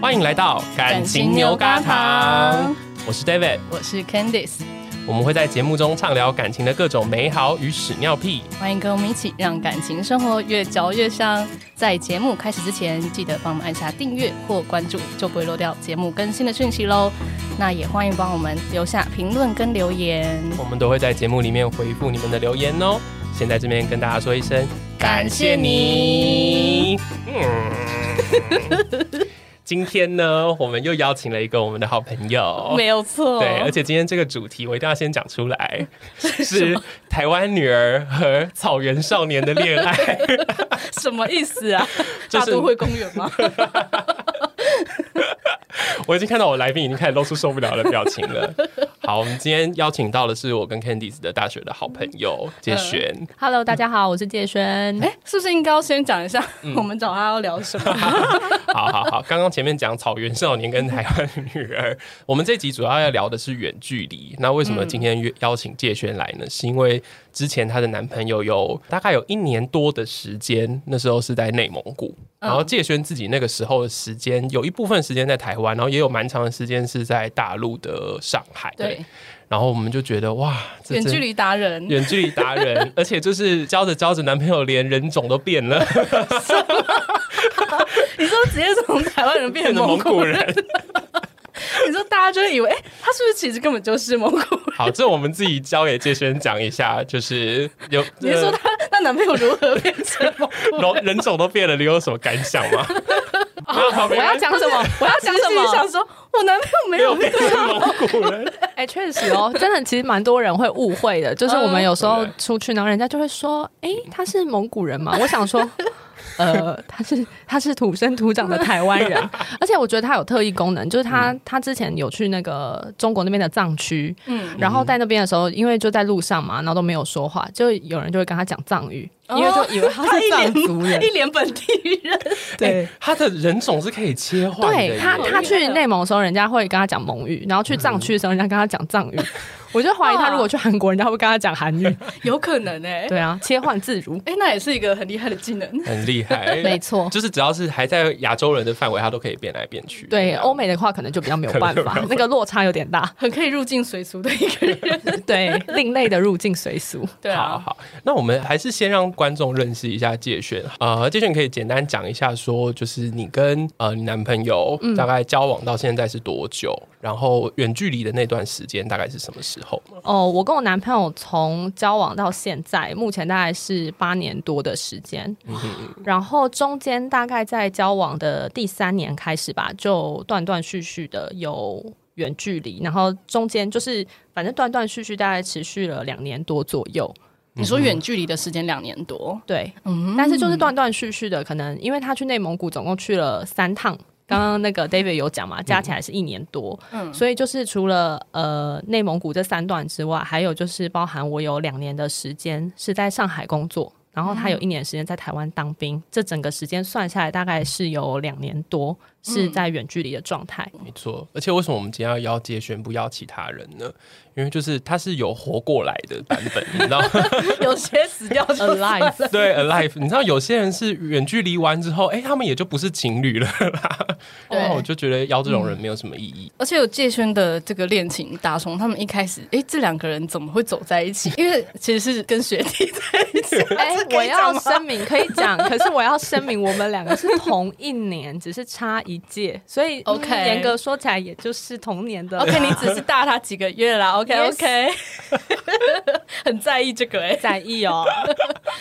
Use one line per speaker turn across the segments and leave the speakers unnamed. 欢迎来到感情牛轧糖，，我是 David，
我是 Candice，
我们会在节目中畅聊感情的各种美好与屎尿屁。
欢迎跟我们一起让感情生活越嚼越香。在节目开始之前，记得帮我们按下订阅或关注，就不会漏掉节目更新的讯息喽。那也欢迎帮我们留下评论跟留言，
我们都会在节目里面回复你们的留言哦。先在这边跟大家说一声，
感谢你。
嗯，今天呢，我们又邀请了一个我们的好朋友，
没有错，
对，而且今天这个主题我一定要先讲出 来，是台湾女儿和草原少年的恋爱。
什么意思啊？
就
大
是
都会公园 吗？
我已经看到我来宾已经开始露出受不了的表情了。 好，我们今天邀请到的是我跟 Candice 的大学的好朋友杰 璇。
Hello，大家好，我是介轩。
哎、是不是应该要先讲一下
嗯
我们找他要聊什 么？
好好好，刚刚前面讲草原少年跟台湾女儿，我们这集主要要聊的是远距离。那为什么今天约邀请介轩来呢？是因为之前她的男朋友有大概有一年多的时间，那时候是在内蒙古，
嗯
然后介轩自己那个时候的时间有一部分时间在台湾，然后也有蛮长的时间是在大陆的上海。
对，
然后我们就觉得哇，这
远
真
距离达人，
远距离达人， 而且就是交着交着，男朋友连人种都变 了，
你说直接从台湾人变
变
成
成蒙
蒙
古
古人，
人。
你说大家就会以为，哎、他是不是其实根本就是蒙古人？
好，这我们自己交给介轩讲一下，就是 有
你是说她她男朋友如何变成蒙古人？
人人种都变了，你有什么感想 吗？ 没有好
啊我要讲 什么？我要讲什
我心里
么
想？说，我男朋友没
没有
有
变成蒙古 人，
哎，确实哦，真的，其实蛮多人会误会的。就是我们有时候出去，然后人家就会说：“哎，他是蒙古人嘛？”我想说，呃，他是他是土生土长的台湾人，而且我觉得他有特异功能，就是他他之前有去那个中国那边的藏区，
嗯，
然后在那边的时候，因为就在路上嘛，然后都没有说话，就有人就会跟他讲藏语，因为就以为他
他一
是藏族人
脸一，脸本地 人，
对，他的人种是可以切换的耶。
对他，他去内蒙的时候，人家会跟他讲蒙语；然后去藏区的时候，人家跟他讲藏 语。我就怀疑他如果去韩国，人家会跟他讲韩 语。
有可能哎、
对啊，切换自如，
哎、那也是一个很厉害的技能。
很厉害，
没错。
就是只要是还在亚洲人的范围，他都可以变来变去。
对欧美的话，可能就比较没有办法，那个落差有点大。
很可以入境随俗的一个人，
对，另类的入境随俗。
对
好
啊，
好，那我们还是先让观众认识一下介轩。呃，介轩可以简单讲一下，说就是你跟呃你男朋友
嗯
大概交往到现在是多久？然后远距离的那段时间大概是什么时候？
哦，我跟我男朋友从交往到现在，目前大概是八年多的时间，然后中间大概在交往的第三年开始吧，就断断续续的有远距离，然后中间就是反正断断续续大概持续了两年多左右，
你说远距离的时间两年多，
对，
嗯，
但是就是断断续续的，可能因为他去内蒙古总共去了三趟。刚刚那个 David 有讲嘛，加起来是一年多，
嗯
所以就是除了呃内蒙古这三段之外，还有就是包含我有两年的时间是在上海工作，然后他有一年时间在台湾当兵，这整个时间算下来大概是有两年多
嗯
是在远距离的状 态。
没错，而且为什么我们今天要邀介轩不邀其他人呢？因为就是他是有活过来的版 本，你知道吗？
有些 死掉就算了
Alive，
对，alive，你知道有些人是远距离完之后，哎、他们也就不是情侣了啦。
对嗯
哇我就觉得邀这种人没有什么意义。
哦而且有介轩的这个恋情，打从他们一开始，哎、这两个人怎么会走在一起？因为其实是跟学弟 在一起。
哎、
这可以
我要
讲吗
声明可以讲， 可是我要声明，我们两个是同一年，只是差一届，所以嗯
OK
严格说起来也就是同年的
哦 OK，你只是大他几个月啦。OK
Yes
OK，很在意这个哎、
在意哦，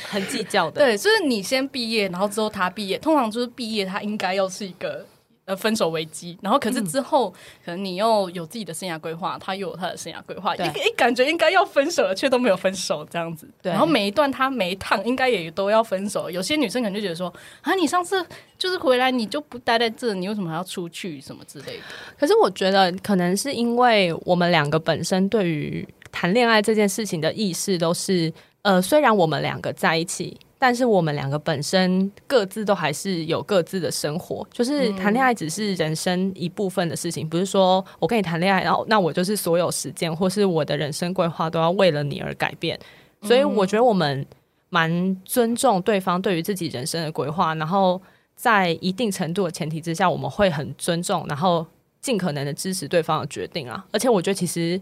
很计较的。
对，就是你先毕业，然后之后他毕业，通常就是毕业他应该要是一个呃分手危机，然后可是之后、可能你又有自己的生涯规划，他又有他的生涯规划，一
对
一感觉应该要分手了，却都没有分手这样子。
对
然后每一段他每一趟应该也都要分手，有些女生可能就觉得说啊，你上次就是回来你就不待在这，你为什么还要出去什么之类的？
可是我觉得可能是因为我们两个本身对于谈恋爱这件事情的意识都是，呃，虽然我们两个在一起。但是我们两个本身各自都还是有各自的生活，就是谈恋爱只是人生一部分的事情，不是说我跟你谈恋爱，然后那我就是所有时间或是我的人生规划都要为了你而改变。
嗯
所以我觉得我们蛮尊重对方对于自己人生的规划，然后在一定程度的前提之下，我们会很尊重，然后尽可能的支持对方的决定啊。而且我觉得其实，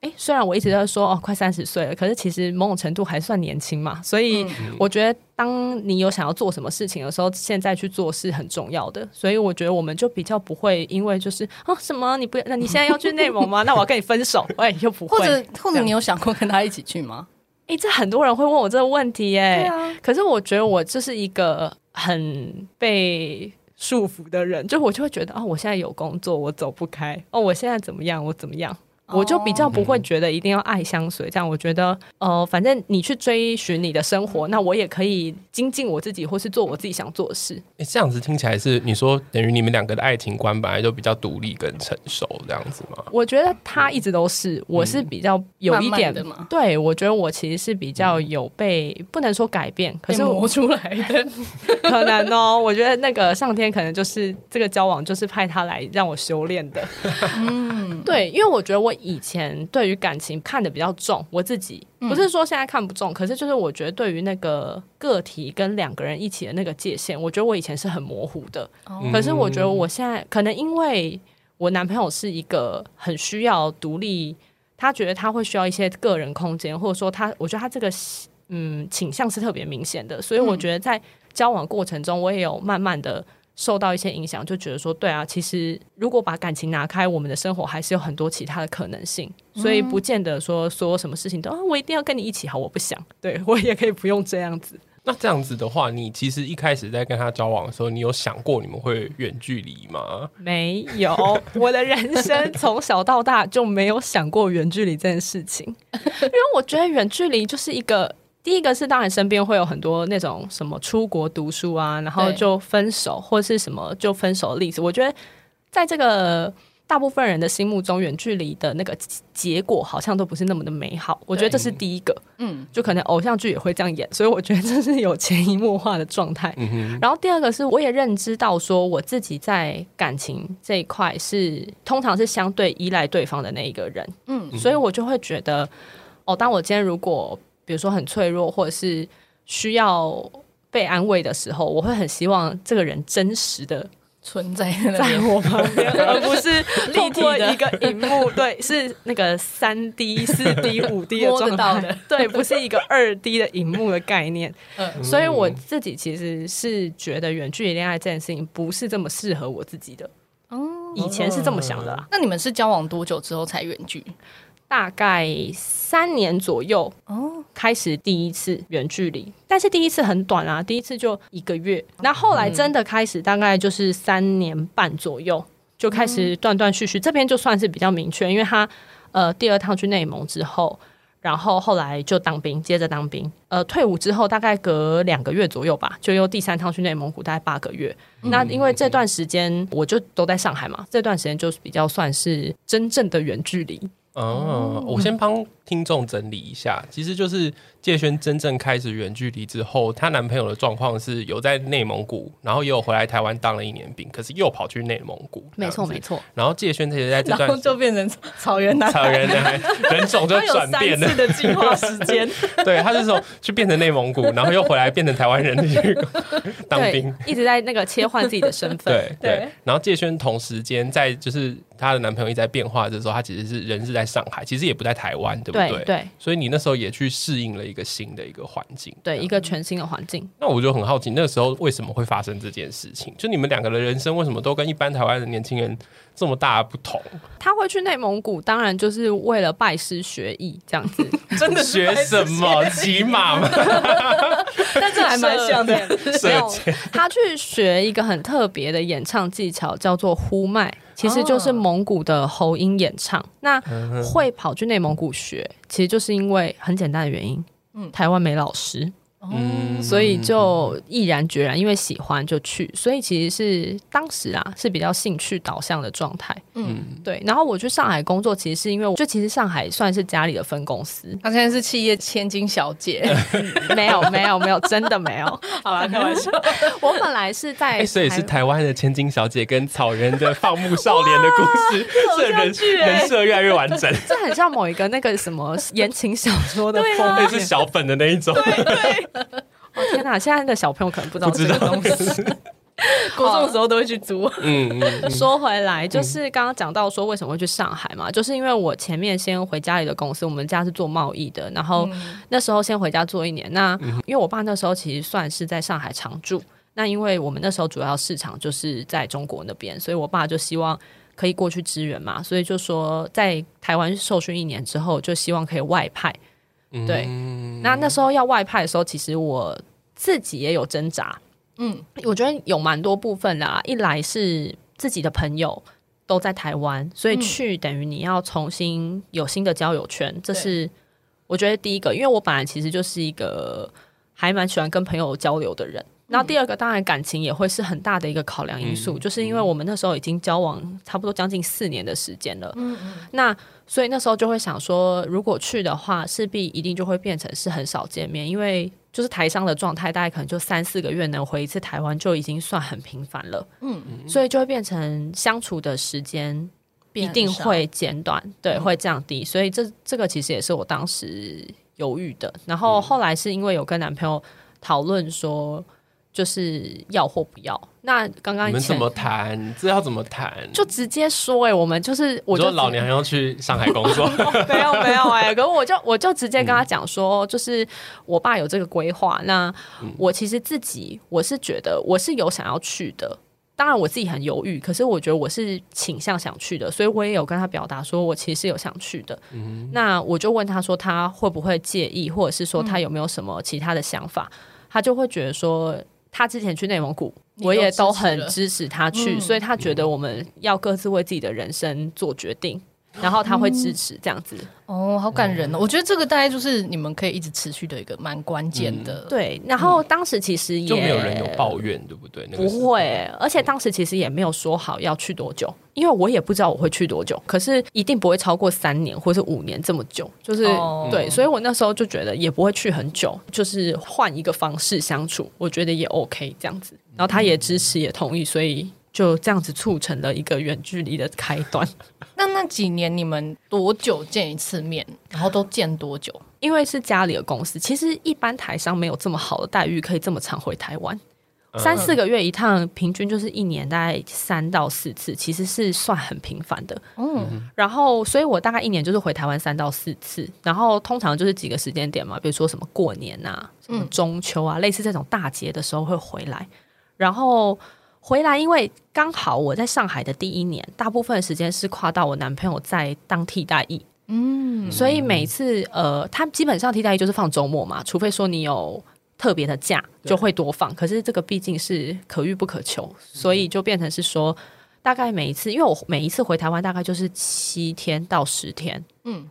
诶，虽然我一直在说哦，快三十岁了，可是其实某种程度还算年轻嘛。所以
嗯
我觉得，当你有想要做什么事情的时候，现在去做是很重要的。所以我觉得我们就比较不会因为就是啊什么你不那你现在要去内蒙吗？那我 要跟你分手，哎、又不会。
或者或
这
者
样
你有想过跟他一起去吗？
哎、这很多人会问我这个问题耶、
啊，
可是我觉得我就是一个很被束缚的人，就我就会觉得啊、我现在有工作，我走不开；哦，我现在怎么样，我怎么样。我就比较不会觉得一定要爱相随，这样我觉得，呃，反正你去追寻你的生
嗯
活，那我也可以精进我自己，或是做我自己想做的事。
诶这样子听起来是你说等于你们两个的爱情观本来就比较独立跟成熟这样子吗？
我觉得他一直都是，我是比较有一点，
嗯慢慢地嘛
对我觉得我其实是比较有被，不能说改变，
被
可是我
磨出来的，
可能哦，我觉得那个上天可能就是这个交往，就是派他来让我修炼的。嗯，对，因为我觉得我以前对于感情看得比较重，我自己不是说现在看不重，可是就是我觉得对于那个个体跟两个人一起的那个界限，我觉得我以前是很模糊的。可是我觉得我现在可能因为我男朋友是一个很需要独立，他觉得他会需要一些个人空间，或者说他，我觉得他这个嗯倾向是特别明显的，所以我觉得在交往过程中，我也有慢慢的。受到一些影响，就觉得说，对啊，其实如果把感情拿开，我们的生活还是有很多其他的可能性，所以不见得说所有什么事情都啊，我一定要跟你一起，好，我不想，对我也可以不用这样子。
那这样子的话，你其实一开始在跟他交往的时候，你有想过你们会远距离吗？
没有，我的人生从小到大就没有想过远距离这件事情，因为我觉得远距离就是一个。第一个是，当然身边会有很多那种什么出国读书啊，然后
对
就分手或是什么就分手的例子。我觉得在这个大部分人的心目中，远距离的那个结果好像都不是那么的美好。我觉得这是第一个，
嗯，
就可能偶像剧也会这样演，所以我觉得这是有潜移默化的状态。
嗯哼，
然后第二个是，我也认知到说我自己在感情这一块是通常是相对依赖对方的那一个人，嗯，所以我就会觉得，哦，当我今天如果比如说很脆弱，或者是需要被安慰的时候，我会很希望这个人真实的
存在的
在我旁边， 而不是透过
立
一个荧幕，对，是那个三 D、四 D、五 D 的
摸得
状
到
态，
的
对，不是一个二 D 的荧幕的概念。
嗯
所以我自己其实是觉得远距离恋爱这件事情不是这么适合我自己的。
哦
以前是这么想的啦，啊
那你们是交往多久之后才远距？
大概三年左右
哦，
开始第一次远距离，但是第一次很短啊，第一次就一个月。那后来真的开始，大概就是三年半左右就开始断断续续。这边就算是比较明确，因为他呃第二趟去内蒙之后，然后后来就当兵，接着当兵。呃，退伍之后大概隔两个月左右吧，就又第三趟去内蒙古，大概八个月。那因为这段时间我就都在上海嘛，这段时间就是比较算是真正的远距离。
哦，我先帮听众整理一下，其实就是介轩真正开始远距离之后，她男朋友的状况是有在内蒙古，然后也有回来台湾当了一年兵，可是又跑去内蒙古，
没
啊
错，没
错。
错。
然后介轩其实在这
然后
段
就变成草原啊男
草
孩，，
原男孩 人种就
他有
转
三
变了，
次的计划时间，
对，他是从去变成内蒙古，然后又回来变成台湾人去 当兵。
对，一直在那个切换自己的身 份。
对对
对，
然后介轩同时间在就是她的男朋友一直在变化的时候，她其实是人是在上海，其实也不在台湾，对不
对对
所以你那时候也去适应了一个新的一个环境。
对，一个全新的环境。
那我就很好奇，那时候为什么会发生这件事情？就你们两个的人生为什么都跟一般台湾的年轻人这么大的不同？
他会去内蒙古，当然就是为了拜师学艺这样子，
真的学什么骑马吗？
但 这还 蛮像的。
射
没有， 他去学一个很特别的演唱技巧，叫做呼麦，其实
哦
就是蒙古的喉音演唱。那
嗯
会跑去内蒙古学，其实就是因为很简单的原因，嗯，台湾没老师。
嗯
所以就毅然决然，因为喜欢就去，所以其实是当时啊是比较兴趣导向的状态，
嗯，
对。然后我去上海工作，其实是因为我就其实上海算是家里的分公司
他现在是企业千金小姐，
没有没有没有，真的没有。
好啦，开玩笑，
我本来是在
哎、
台，
所以是台湾的千金小姐跟草原的放牧少年的故事，这人人设越来越完整，
这很像某一个那个 什么言情小说的封
那
面。
是小粉的那一种。
哦天哪，现在的小朋友可能不知道
不知
这个
道
东西。
国中的时
候都会去租。
嗯 嗯，嗯
说回来，就是刚刚讲到说为什么会去上海嘛，就是因为我前面先回家里的公司，我们家是做贸易的，然后
嗯
那时候先回家做一年。那因为我爸那时候其实算是在上海常住，那因为我们那时候主要市场就是在中国那边，所以我爸就希望可以过去支援嘛，所以就说在台湾受训一年之后，就希望可以外派。对
嗯
那那时候要外派的时候，其实我自己也有挣扎。
嗯，
我觉得有蛮多部分的、啊，一来是自己的朋友都在台湾，所以
嗯
去等于你要重新有新的交友圈，这是我觉得第一个。因为我本来其实就是一个还蛮喜欢跟朋友交流的
嗯
人。然后第二个，当然感情也会是很大的一个考量因素，
嗯
就是因为我们那时候已经交往差不多将近四年的时间了，那所以那时候就会想说，如果去的话，势必一定就会变成是很少见面，因为就是台商的状态，大概可能就三四个月能回一次台湾就已经算很频繁了，嗯，所以就会变成相处的时间
变
一
很
定
少
会减短，对，
嗯
会降低，所以这这个其实也是我当时犹豫的，然后后来是因为有跟男朋友讨论说，就是要或不要，那刚刚
你
以
们
前
怎么谈？这要怎么谈？
就直接说、欸，我们就是，我
我
就
说
直
老娘要去上海工 作，
没有没有哎、可是我就我就直接跟他讲说，就是我爸有这个规划，那我其实自己我是觉得我是有想要去的。当然我自己很犹豫，可是我觉得我是倾向想去的，所以我也有跟他表达说我其实有想去的。那我就问他说他会不会介意，或者是说他有没有什么其他的想法，他就会觉得说他之前去内蒙古，
你
我
都
也
支
都
持
很
了
支持他去，
嗯
所以他觉得我们要各自为自己的人生做决定，然后他会
嗯
支持这样子。
哦，好感人哦！我觉得这个大概就是你们可以一直持续的一个蛮关键的，
对，然后当时其实也
嗯就没有人有抱怨，对不对？那个
不
时候
会，而且当时其实也没有说好要去多久，因为我也不知道我会去多久，可是一定不会超过三年或是五年这么久，就是、
哦
对，所以我那时候就觉得也不会去很久，就是换一个方式相处，我觉得也 OK 这样子，然后他也支持也同意，所以。就这样子促成了一个远距离的开端，
那那几年你们多久见一次面？然后都见多久？
因为是家里的公司，其实一般台商没有这么好的待遇，可以这么常回台湾。三四个月一趟，平均就是一年大概三到四次，其实是算很频繁的。
嗯，
然后，所以我大概一年就是回台湾三到四次，然后通常就是几个时间点嘛，比如说什么过年啊、什么中秋啊，类似这种大节的时候会回来。然后回来，因为刚好我在上海的第一年，大部分的时间是跨到我男朋友在当替代役，嗯，所以每次呃，他基本上替代役就是放周末嘛，除非说你有。特别的假就会多放，可是这个毕竟是可遇不可求，所以就变成是说，大概每一次，因为我每一次回台湾大概就是七天到十天，
嗯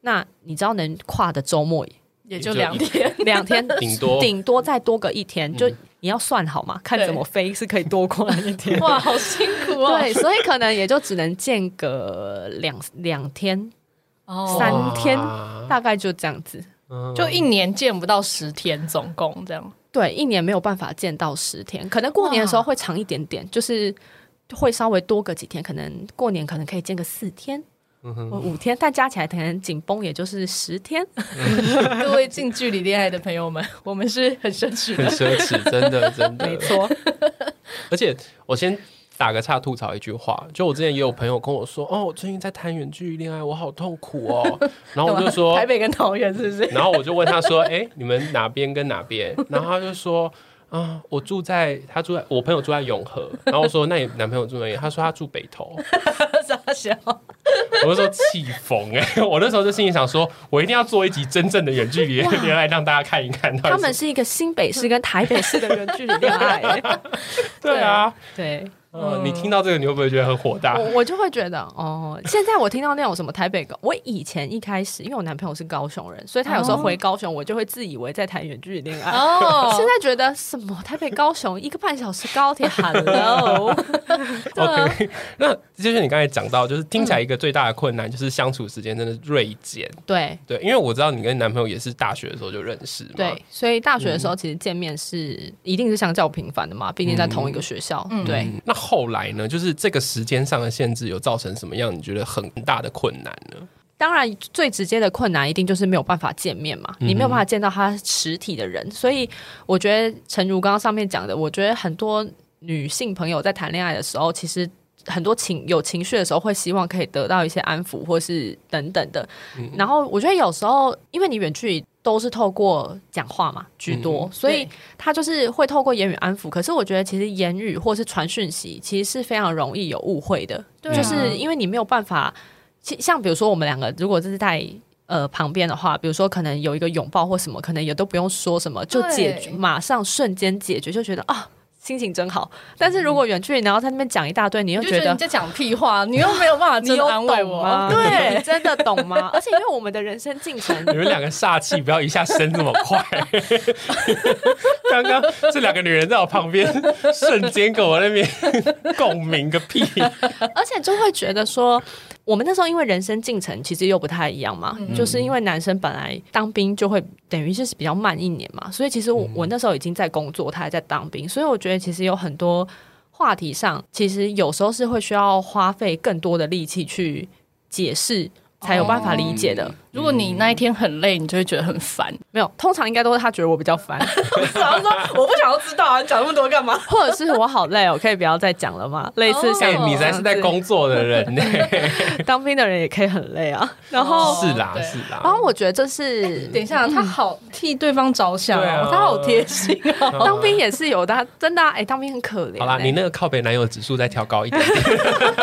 那你知道能跨的周末
也
就
就两天。。
两天，
顶多
顶多再多个一天，就你要算好嘛，看怎么飞是可以多跨一天
哇，好辛苦哦！
对，所以可能也就只能间隔两两天，
哦
三天
哇
大概就这样子。
就一年见不到十天，总共这样。
对，一年没有办法见到十天，可能过年的时候
哇
会长一点点，就是会稍微多个几天，可能过年可能可以见个四天。
嗯
或五天，但加起来可能紧绷也就是十天，
各位近距离恋爱的朋友们，我们是很奢侈
很
的。
奢 侈，真的真的
没。错。
而且我先打个岔，吐槽一句话，就我之前也有朋友跟我说，哦，我最近在谈远距离恋爱，我好痛苦哦。 然后我就说
台，北跟桃园是不 是？
然后我就问他说，哎、你们哪边跟哪边？然后他就说。啊，我住在他住在我朋友住在永和，然后我说那你男朋友住哪里？他说他住北投，
傻笑。
我那时候气疯哎，我那时候就心里想说，我一定要做一集真正的远距离恋爱，让大家看一看到底
他
是
们是一个新北市跟台北市的远距离恋爱、 欸
对啊，
对，嗯
嗯，你听到这个，你会不会觉得很火大
啊
我？我就会觉得哦，现在我听到那种什么台北高，我以前一开始因为我男朋友是高雄人，所以他有时候回高雄，我就会自以为在谈远距离恋爱。
哦，
现在觉得什么台北高雄一个半小时高铁，Hello，对啊
OK，那就是你刚才讲到，就是听起来一个最大的困难就是相处时间真的锐减。
对
对，因为我知道你跟男朋友也是大学的时候就认识嘛。
对，所以大学的时候其实见面是一定是相较频繁的嘛，毕竟在同一个学校，对。
嗯。那后来呢？就是这个时间上的限制有造成什么样你觉得很大的困难 呢？
当然，最直接的困难一定就是没有办法见面嘛，你没有办法见到他实体的人，所以我觉得，诚如刚刚上面讲的，我觉得很多女性朋友在谈恋爱的时候，其实很多情有情绪的时候，会希望可以得到一些安抚，或是等等的。然后我觉得有时候，因为你远距离都是透过讲话嘛居多，
嗯
所以他就是会透过言语安抚。可是我觉得，其实言语或是传讯息，其实是非常容易有误会的，
对啊
就是因为你没有办法。其像比如说我们两个，如果这是在呃旁边的话，比如说可能有一个拥抱或什么，可能也都不用说什么，就解决，
对
马上瞬间解决，就觉得啊。心情真好，但是如果远距离，然后在那边讲一大堆，你又
你就
觉
觉得
得啊
你在讲屁话，你又没有办法
你
真的
有
安慰
懂吗
我？？
对，你真的懂 吗？而且因为我们的人生进程，
你们两个煞气，不要一下升这么快。 刚刚这两个女人在我旁边，瞬间跟我那边共鸣个屁。
而且就会觉得说，我们那时候因为人生进程其实又不太一样嘛，就是因为男生本来当兵就会等于就是比较慢一年嘛，所以其实我、我那时候已经在工作，他还在当兵，所以我觉得其实有很多话题上，其实有时候是会需要花费更多的力气去解释，才有办法理解的。
如果你那一天很累，你就会觉得很烦，
没有，通常应该都是他觉得我比较烦，
然后说 我不想要知道啊，你讲那么多干嘛？
或者是我好累哦，可以不要再讲了吗？类似像
哎、
这样子、
你才是在工作的人 呢、
当兵的人也可以很累啊，然后。
是啦，
对
是啦。
然后我觉得这是
等一下，他好替对方着想
对啊
哦，他好贴心哦。
当兵也是有的啊，真的啊哎、当兵很可怜欸、
好啦，你那个靠北男友指数再调高一 点点。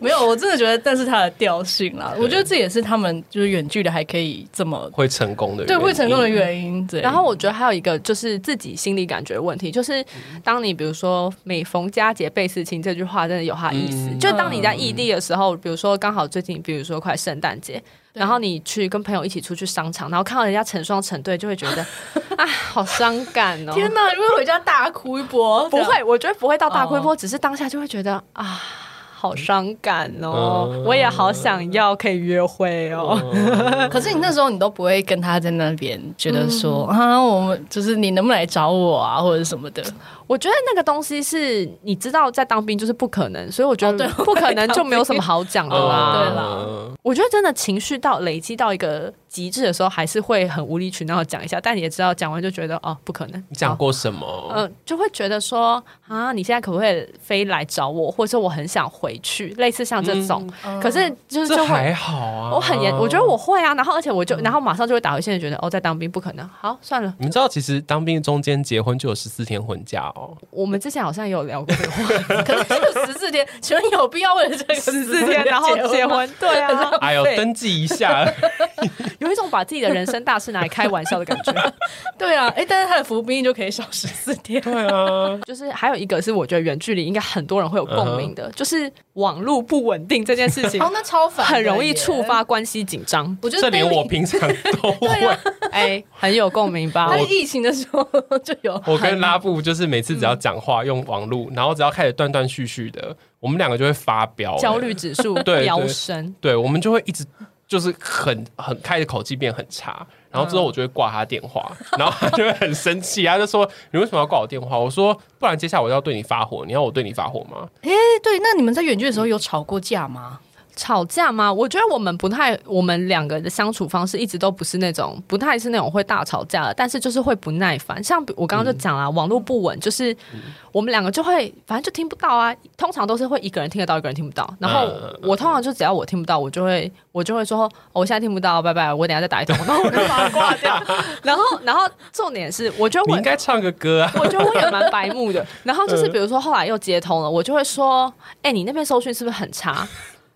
没有，我真的觉得，但是他的调性啦，我觉得这也是他们就是远距离还可以这么
会成功的，
对会成功的。原因。对，
然后我觉得还有一个就是自己心理感觉问题，就是当你比如说“每逢佳节倍思亲”这句话，真的有它意思。
嗯
就当你在异地的时候，比如说刚好最近，比如说快圣诞节，然后你去跟朋友一起出去商场，然后看到人家成双成对，就会觉得 啊，好伤感哦。
天哪，你会回家大哭一波？
不会，我觉得不会到大亏波，
哦
只是当下就会觉得啊，好伤感哦
嗯，
我也好想要可以约会哦。
这样。可是你那时候你都不会跟他在那边觉得说、啊，我们就是你能不能来找我啊，或者什么 的。
我觉得那个东西是你知道，在当兵就是不可能，所以我觉
哦对
得不可能就没有什么好
嗯
讲的
哦
啦。
对啦
了，
我觉得真的情绪到累积到一个极致的时候，还是会很无理取闹地讲一下，但你也知道，讲完就觉得哦，不可能。
你讲
哦
过什么？
嗯、就会觉得说啊，你现在可不可以飞来找我，或者我很想回去，类似像这种。可是就是
嗯这
就会
还好啊，
我很严，我觉得我会啊，然后而且我就，然后马上就会打回现实，觉得哦，在当兵不可能，好算了。
你们知道，其实当兵中间结婚就有十四天婚假哦。
我们之前好像有聊过
可是这十四天，请问有必要为了这个
十四天，然后结
吗？
婚， 对啊，
哎呦，
对
登记一下，
有一种把自己的人生大事拿来开玩笑的感 觉。
对啊，哎，但是他的服兵就可以少十四 天。，
对啊，
就是还有一个是，我觉得远距离应该很多人会有共鸣的，就是网络不稳定这件事情
哦那超烦的
很容易
耶。
触发。关系紧张
我觉得
这连我
在
平常都会。
哎，很有共鸣 吧
他？
啊我
疫情的时候就有。
我跟拉布就是每次只要讲话用网络，然后只要开始断断续续的，我们两个就会发飙，
焦虑。指数
对
飙升，
对，我们就会一直就是很很开的口气变很差，然后之后我就会挂他电话，
嗯
然后他就会很生气，他就说你为什么要挂我电话？我说不然接下来我要对你发火，你要我对你发火吗？
哎，对，那你们在远距的时候有吵过架吗？ ！
吵架吗？我觉得我们不太，我们两个的相处方式一直都不是那种，不太是那种会大吵架的，但是就是会不耐烦。像比我刚刚就讲了、网络不稳，就是我们两个就会，反正就听不到啊。通常都是会一个人听得到，一个人听不到。然后
嗯
我通常就只要我听不到，我就会我就会说，哦我现在听不到，拜拜，我等一下再打一通，然后我就把它挂掉。然后，然后重点是， 我觉得
你
我
应该唱个歌啊。
我觉得我也蛮白目 的。然后就是比如说后来又接通了，我就会说：“哎、你那边搜讯是不是很差？”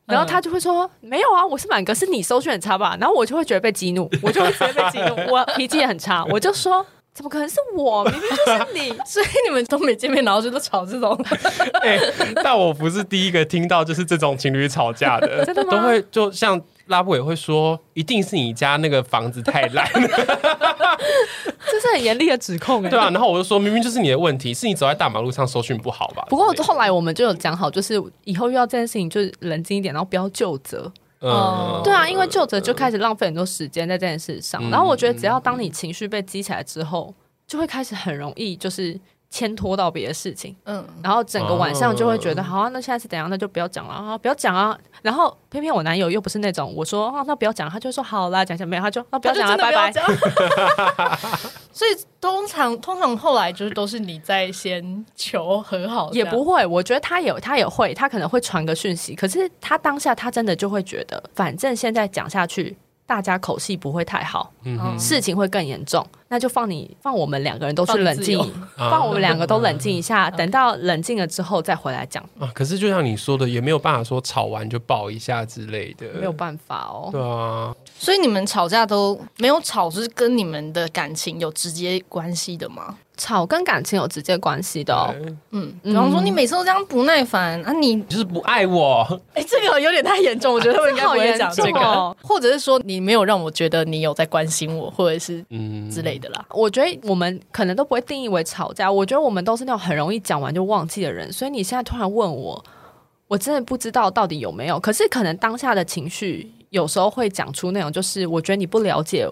然后他就会说：“没有啊，我是满格，是你搜讯很差吧？”然后我就会觉得被激怒，我就会直接被激怒， 我脾气也很差，我就说。怎么可能是我？明明就是你
所以你们都没见面，然后就都吵这种。
哎、但我不是第一个听到就是这种情侣吵架的，
真的吗
都会就像拉布也会说，一定是你家那个房子太 烂，
这是很严厉的指控哎、
对啊。然后我就说，明明就是你的问题，是你走在大马路上搜讯不好吧？
不过后来我们就有讲好，就是以后遇到这件事情，就是冷静一点，然后不要就责。
哦
嗯，
对啊，因为就责就开始浪费很多时间在这件事上。
嗯
嗯
然后我觉得，只要当你情绪被激起来之后，就会开始很容易就是牵拖到别的事情，
嗯，哦
然后整个晚上就会觉得，好啊，那下次怎样，那就不要讲了啊，不要讲啊。然后偏偏我男友又不是那种，我说啊，那不要讲，他就说好啦，讲讲没有，他就啊不
他
要
就
讲了，
真的
拜
不要
拜。
讲。 所以通常通常后来就是都是你在先求和好，
也不会，我觉得他有，他也会，他可能会传个讯息，可是他当下他真的就会觉得，反正现在讲下去，大家口气不会太好，
嗯
嗯
事情会更严重，那就放你放我们两个人都
放
去
你
冷
自
静
由，嗯
啊
放我们两个都冷静一 下，等到冷静了之后再回来讲，
啊，可是就像你说的，也没有办法说吵完就抱一下之类的，
没有办法哦。
对啊，
所以你们吵架都没有吵，是跟你们的感情有直接关系的吗？
吵跟感情有直接关系的哦。
对
嗯，比
嗯
方说你每次都这样不耐烦啊你，
就是不爱我，
哎、这个有点太严重，我 觉得他们应该不会讲这
这好严重
个
哦，
或者是说你没有让我觉得你有在关心我，或者是
嗯
之类的啦。
我觉得我们可能都不会定义为吵架，我觉得我们都是那种很容易讲完就忘记的人，所以你现在突然问我，我真的不知道到底有没有。可是可能当下的情绪有时候会讲出那种，就是我觉得你不了解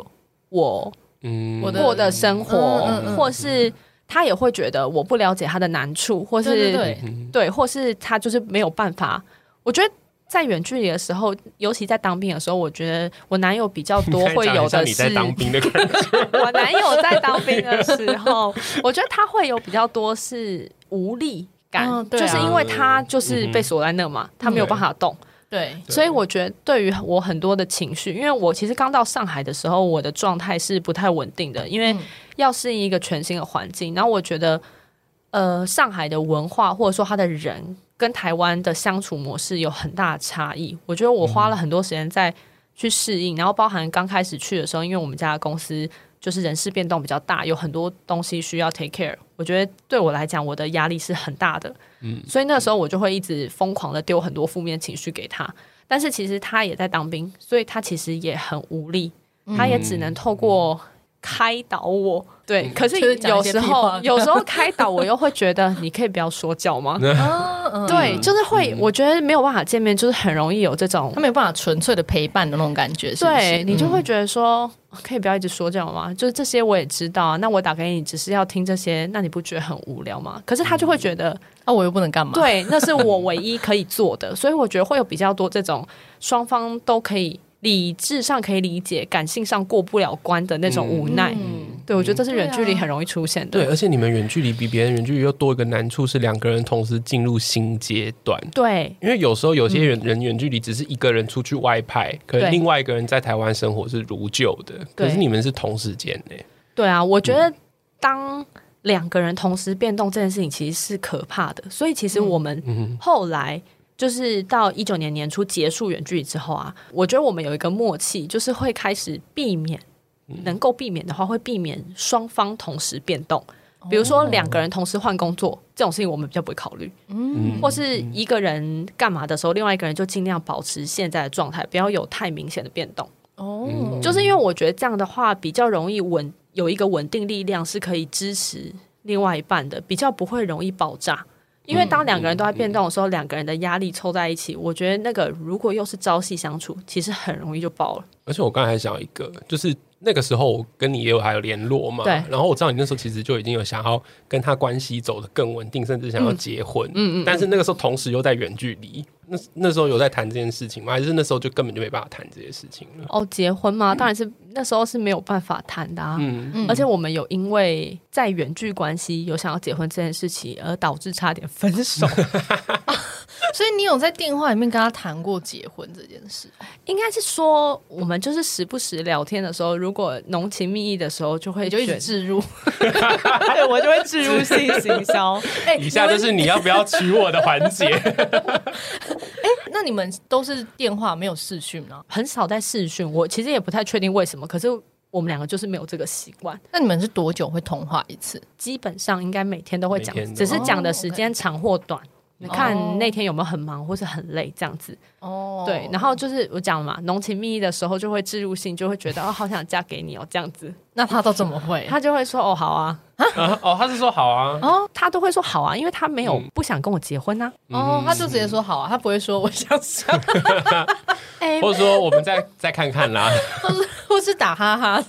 我
嗯
我的
过的生活，
嗯嗯嗯
或是他也会觉得我不了解他的难处，或是
对对对，
嗯
对，或是他就是没有办法。我觉得在远距离的时候，尤其在当兵的时候，我觉得我男友比较多会有
像
的
你
是，
在当兵的 感觉，
我男友在当兵的时候，我觉得他会有比较多是无力感，
嗯对啊嗯
就是因为他就是被锁在那嘛，他没有办法动。
对，
对
所以我觉得对于我很多的情绪，因为我其实刚到上海的时候，我的状态是不太稳定的，因为
嗯
要适应一个全新的环境。然后我觉得，呃，上海的文化或者说他的人跟台湾的相处模式有很大的差异。我觉得
嗯
我花了很多时间在去适应，然后包含刚开始去的时候，因为我们家的公司就是人事变动比较大，有很多东西需要 take care。我觉得对我来讲，我的压力是很大的。
嗯
所以那时候我就会一直疯狂的丢很多负面情绪给他。但是其实他也在当兵，所以他其实也很无力，
嗯
他也只能透过开导我。对，
嗯
可是
就是讲一
有
些
时
屁话
候有时候开导我又会觉得，你可以不要说教吗？
嗯
对，就是会，我觉得没有办法见面，就是很容易有这种
他。没有办法纯粹的陪伴的那种感觉，是不是嗯
对你就会觉得说，可以不要一直说教吗？就是这些我也知道啊，那我打给你只是要听这些，那你不觉得很无聊吗？可是他就会觉得，
啊，我又不能干嘛？，
对，那是我唯一可以做的，所以我觉得会有比较多这种双方都可以理智上可以理解，感性上过不了关的那种无奈。
嗯，
对，我觉得这是远距
对
离
啊
很容易出现
对，
的。
而且你们远距离比别人远距离又多一个难处是两个人同时进入新阶段。
对
因为有时候有些人人远距离只是一个人出去外派，可能
对
另外一个人在台湾生活是如旧的，可
对
是你们是同时间呢、
对啊，我觉得当两个人同时变动这件事情其实是可怕的，所以其实我们
嗯
后来。就是到一九年年初结束远距离之后啊，我觉得我们有一个默契，就是会开始避免，能够避免的话，会避免双方同时变动。比如说两个人同时换工作这种事情，我们比较不会考虑，
嗯，
或是一个人干嘛的时候，另外一个人就尽量保持现在的状态，不要有太明显的变动。
哦，
就是因为我觉得这样的话比较容易稳，有一个稳定力量是可以支持另外一半的，比较不会容易爆炸。因为当两个人都在变动的时候，两个人的压力凑在一起，我觉得那个如果又是朝夕相处，其实很容易就爆了。
而且我刚才还想一个，就是那个时候我跟你也有还有联络嘛，
对
然后我知道你那时候其实就已经有想要跟他关系走得更稳定，甚至想要结婚，嗯嗯但是那个时候同时又在远距离，那那时候有在谈这件事情吗？还是那时候就根本就没办法谈这些事情了？
哦，结婚嘛，当然是那时候是没有办法谈的啊。
嗯，
嗯
而且我们有因为在远距关系有想要结婚这件事情，而导致差点分手。
所以你有在电话里面跟他谈过结婚这件事？
应该是说，我们就是时不时聊天的时候，如果浓情蜜意的时候，就会
你就一直
选
置 入，
对我就会置入性行销。
哎
以下就是你要不要娶我的环节，
那你们都是电话没有视讯啊？
很少在视讯，我其实也不太确定为什么，可是我们两个就是没有这个习惯。
那你们是多久会通话一次？
基本上应该每天都会讲
每天，都
只是讲的时间长或短。你看那天有没有很忙或是很累这样子，
哦
对。然后就是我讲了嘛，浓情蜜意的时候就会置入性，就会觉得哦，好想嫁给你哦这样子，
那他都怎么会？
他就会说哦好啊，
啊 哦，他是说好啊，
哦他都会说好啊，因为他没有
嗯
不想跟我结婚啊。
哦，他就直接说好啊，他不会说我想想，
哎、
或者说我们再再看看啦。
或是打哈哈，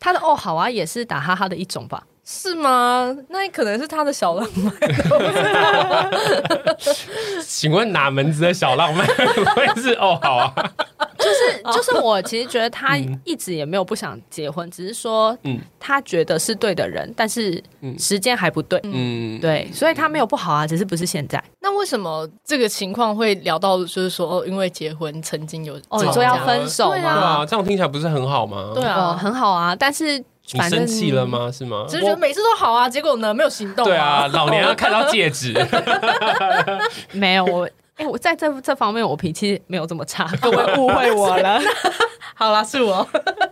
他的哦好啊也是打哈哈的一种吧，
是吗？那可能是他的小浪漫。
请问哪门子的小浪漫会是哦？好啊，
就是就是我其实觉得他一直也没有不想结婚，只是说
嗯
他觉得是对的人，但是
嗯
时间还不对，
嗯，
对，所以他没有不好啊，只是不是现在。
那为什么这个情况会聊到，就是说哦，因为结婚曾经有
这
哦，你
样
说
子
要
啊
分手
对
对啊，
吗？
这样听起来不是很好吗？
对啊
哦，很好啊，但是
你
反
生
正
气了吗？是吗？
只是觉得每次都好啊，结果呢没有行动、
对啊，，老娘要看到戒指，
没有我。哎、我在这这方面我脾气没有这么差，各位误会我 了。
好啦，是我。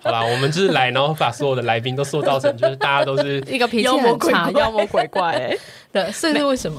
好啦，我们就是来，然后把所有的来宾都塑造成，就是大家都是
一个脾气
妖魔
很
鬼
差，
怪
妖魔鬼怪、哎，
对，所以是为什么？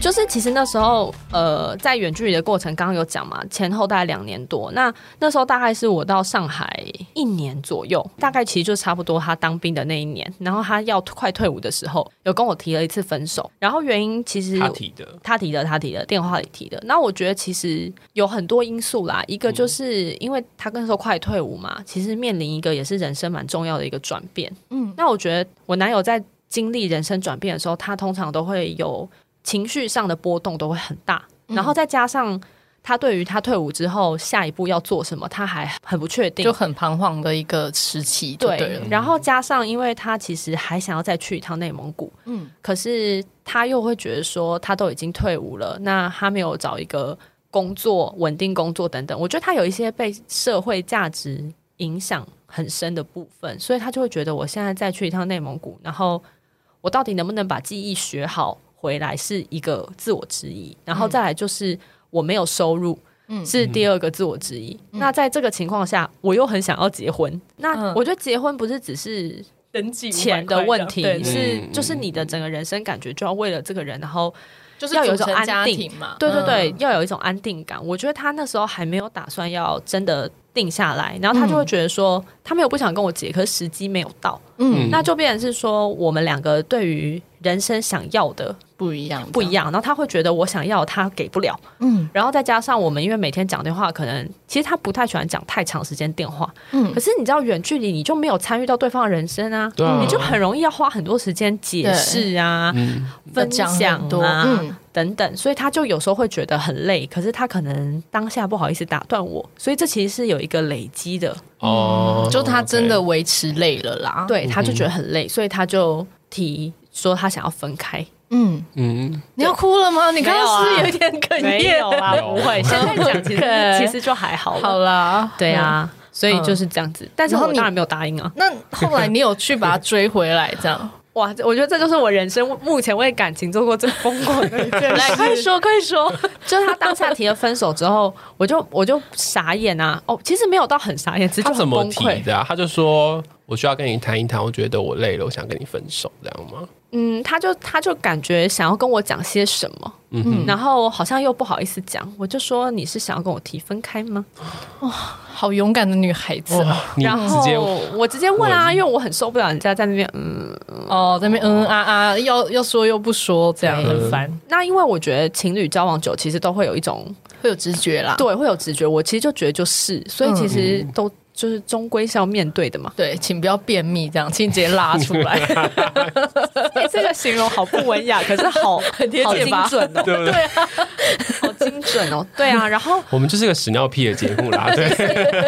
就是其实那时候，呃，在远距离的过程，刚刚有讲嘛，前后大概两年多。那那时候大概是我到上海一年左右，大概其实就差不多他当兵的那一年，然后他要快退伍的时候，有跟我提了一次分手，然后原因其实
他提的，
他提的，他提的，电话里提的。那我觉得其实有很多因素啦，一个就是因为他那时候快退伍嘛，其实面临一个也是人生蛮重要的一个转变。嗯，那我觉得我男友在经历人生转变的时候，他通常都会有情绪上的波动都会很大，然后再加上他对于他退伍之后下一步要做什么，他还很不确定，
就很彷徨的一个时期，就对
对
了，，
然后加上，因为他其实还想要再去一趟内蒙古，嗯，可是他又会觉得说，他都已经退伍了，那他没有找一个工作、稳定工作等等，我觉得他有一些被社会价值影响很深的部分，所以他就会觉得，我现在再去一趟内蒙古，然后我到底能不能把技艺学好回来，是一个自我质疑，然
嗯
后再来就是我没有收入，是第二个自我质疑。
嗯
那在这个情况下，我又很想要结婚。那
嗯
我觉得结婚不是只是
登记
钱的问题，
对，
对
是
嗯
就是你的整个人生感觉就要为了这个人，然后
就是
要有一
组
种
成家
安定
庭嘛，
对对
嗯
对，要有一种安定感。我觉得他那时候还没有打算要真的定下来，然后他就会觉得说，他没有不想跟我结，可是时机没有到，
嗯
那就变成是说我们两个对于人生想要的
不一样，
不一，样，然后他会觉得我想要他给不了，
嗯
然后再加上我们因为每天讲电话，可能其实他不太喜欢讲太长时间电话。
嗯
可是你知道远距离你就没有参与到对方的人生啊，
对啊
你就很容易要花很多时间解释啊、
嗯，
分
讲很
享
多
啊、
嗯
等等，所以他就有时候会觉得很累。可是他可能当下不好意思打断我，所以这其实是有一个累积的，
哦，
就他真的维持累了啦，，
嗯
对，他就觉得很累，所以他就提说他想要分开。
嗯，
OK，嗯，
你要哭了吗？你刚刚是不是有一点哽
啊没
咽
有， 啦，
有
不会，啊现在讲 其
OK
实其实就还好
好
了。
啦，
对啊，所以
嗯
就是这样子。但是
然后
我
你
当然没有答应啊。
那后来你有去把他追回来，这样？
哇，这我觉得这就是我人生目前为感情做过最疯狂的一 件事。
来，快说，快说！
就是他当下提了分手之后，我就我就傻眼啊！哦，其实没有到很傻眼，只是就
他
很
怎么
崩
提
溃。
的啊？他就说我需要跟你谈一谈，我觉得我累了，我想跟你分手，这样吗？
嗯，他就他就感觉想要跟我讲些什么，
嗯哼，
然后好像又不好意思讲，我就说你是想要跟我提分开吗？
好勇敢的女孩子啊
哇，你
然
直
后
接
我直接问啊，因为我很受不了人家在那边嗯。
哦，在那边嗯嗯啊啊，要要说又不说，这样
嗯
对
很烦，
那因为我觉得情侣交往久，其实都会有一种
会有直觉啦。。
对，会有直觉。我其实就觉得就是，所以其实都就是终归是要面对的嘛
对，请不要便秘，这样，请直接拉出 来。
哎，这个形容好不文雅，可是好很
贴切吧
好精 准哦，
对不对？
好精准哦。对啊，然后
我们就是个屎尿屁的节目啦，对，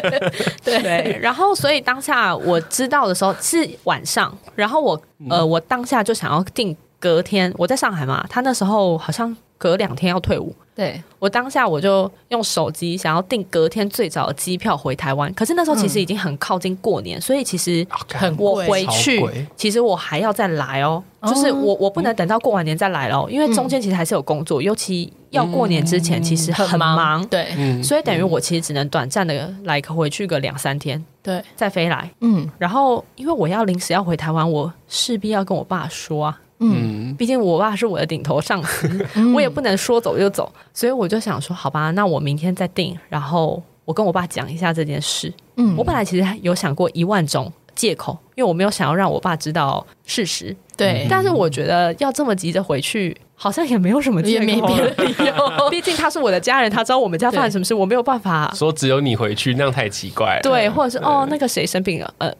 对，然后所以当下我知道的时候是晚上，然后我呃，我当下就想要定隔天，我在上海嘛，他那时候好像隔两天要退伍。
对，
我当下我就用手机想要订隔天最早的机票回台湾，可是那时候其实已经很靠近过年，所以其实
很
我
贵
回
超贵
去，其实我还要再来哦，就是我我不能等到过完年再来喽，因为中间其实还是有工作，尤其要过年之前其实很忙，
对
嗯
所以等于我其实只能短暂的来个回去个两三天，
对，
再飞来。
嗯，
然后因为我要临时要回台湾，我势必要跟我爸说啊，
嗯
嗯，
毕竟我爸是我的顶头上司， 我也不能说走就走，所以我就想说，好吧，那我明天再定，然后我跟我爸讲一下这件事。
嗯
我本来其实有想过一万种借口，因为我没有想要让我爸知道事实，
对，
但是我觉得要这么急着回去，好像也没有什么借
也
口
没别的理
由，毕竟他是我的家人，他知道我们家发生什么事，我没有办法。
说只有你回去那样太奇怪了。
对，或者是哦，那个谁生病了，呃，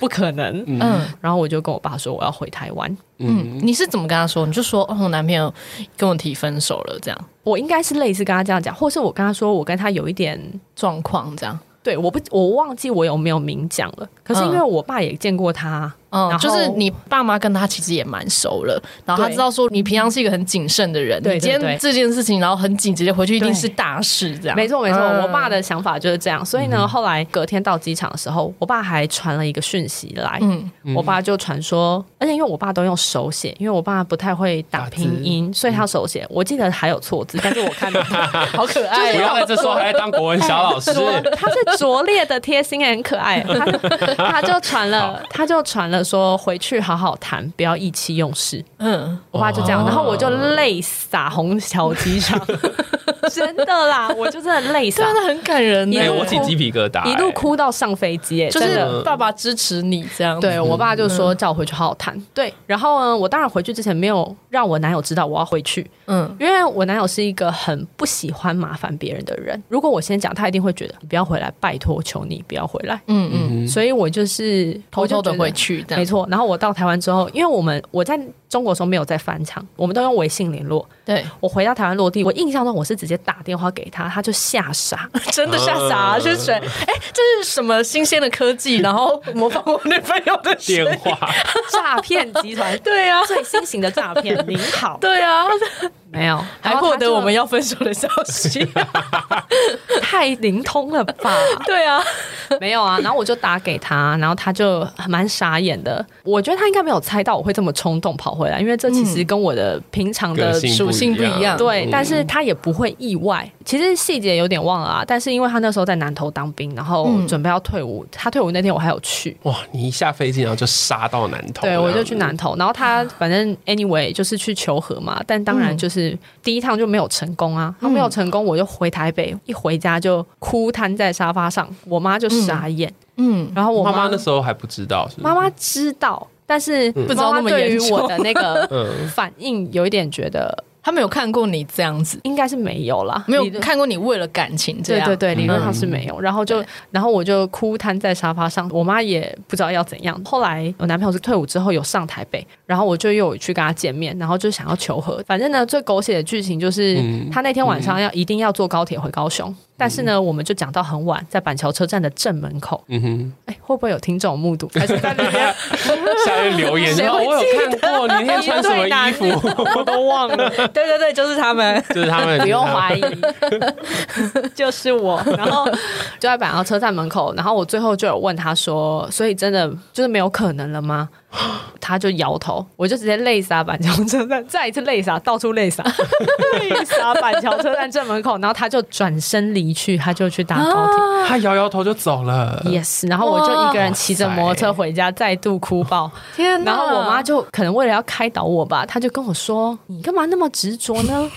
不可能。
嗯
然后我就跟我爸说我要回台湾，
嗯，你是怎么跟他说？你就说哦，我男朋友跟我提分手了，这样
我应该是类似跟他这样讲，或是我跟他说我跟他有一点，
状况这样，
对，我不我忘记我有没有明讲了。可是因为我爸也见过他，
嗯，
然后
就是你爸妈跟他其实也蛮熟了，然后他
对
知道说你平常是一个很谨慎的人，
对
你今
对
天
对
这件事情，然后很紧急的回去，一定
对
是大事这样，
没错没错，
嗯
我爸的想法就是这样。所以呢，后来隔天到机场的时候，我爸还传了一个讯息来，
嗯
我爸就传说，而且因为我爸都用手写，因为我爸不太会打拼音，所以他手写。我记得还有错字，但是我看到好可爱
不要
哦、
在这时候还在当国文小老师，
他是拙劣的贴心，也很可爱。他他就传了，他就传了说回去好好谈，不要意气用事。
嗯，
我爸就这样，
哦
然后我就泪洒虹桥机 场，真的啦，我就真的泪洒，哎
真的很感人呢，
哎，
一路
我起鸡皮疙瘩，
啊一路哭到上飞机、哎
就
真的
是爸爸支持你这样，
对我爸就说叫我回去好好谈。对，然后呢，我当然回去之前没有让我男友知道我要回去，
嗯，
因为我男友是一个很不喜欢麻烦别人的人。如果我先讲，他一定会觉得你不要回来，拜托，求你不要回来。
嗯嗯，
嗯，
所以我就是
偷偷的回。
我就觉
去这
得没
样，
错，然后我到台湾之后，因为我们我在中国的时候没有在翻墙，我们都用微信联络。
对，
我回到台湾落地，我印象中我是直接打电话给他，他就吓 傻，
真的吓傻，
啊
就是谁？哎，这是什么新鲜的科技？然后模仿我女朋友的声音
电话，
诈骗集 团，对啊，最新型的诈骗。您好，
对啊，
没有，
还获得我们要分手的消 息。
太灵通了吧？
对啊，
没有啊，然后我就打给他，然后他就蛮傻眼的。我觉得他应该没有猜到我会这么冲动跑回来，因为这其
嗯
实跟我的平常的
个性
属性不一样
对，但是
嗯
他也不会意外。其实细节有点忘了啊，但是因为他那时候在南投当兵，然后
嗯
准备要退伍，他退伍那天我还有去。
哇，你一下飞机然后就杀到南头，
对，我就去南投，然后
嗯
他反正 anyway 就是去求和嘛，但当然就是第一趟就没有成功啊，他没有成功，我就回台北，一回家就哭瘫在沙发上，我妈就傻眼，
嗯，
然后我
妈
妈
妈那时候还不知道，是不是
妈妈知道，但是
嗯
不知道那么
妈妈对
严
于
重
我的那 个
嗯
反应有一点觉得
他们有看过你这样子，
应该是没有啦，
没有
理论。
看过你为了感情这
对
样。
对对，理论上
嗯
是没有。然后就，然后我就哭瘫在沙发上，我妈也不知道要怎样。后来我男朋友是退伍之后有上台北，然后我就又有去跟他见面，然后就想要求和。反正呢，最狗血的剧情就是、
嗯
他那天晚上要、一定要坐高铁回高雄，但是呢，我们就讲到很晚，在板桥车站的正门口。
嗯哼，
哎，会不会有听众目睹？还是在那边
下面留言
谁
说
会
我有看过你那天穿什么衣
一
服，
我都忘了？ 对对对，就是他们。
就是他们
不用怀疑，就是我。然后就在板桥车站门口，然后我最后就有问他说：“所以真的就是没有可能了吗？” 他就摇头，我就直接泪洒板桥车站，再一次泪洒，到处泪洒，泪洒板 桥车站正门口。然后他就转身离去，他就去搭高铁。
他摇摇头就走了，
嗯
Yes，然后我就一个人骑着摩托车
哇塞
回家，再度哭爆。
天
然后我妈就可能为了要开导我吧，她就跟我说：“你干嘛那么执 着呢？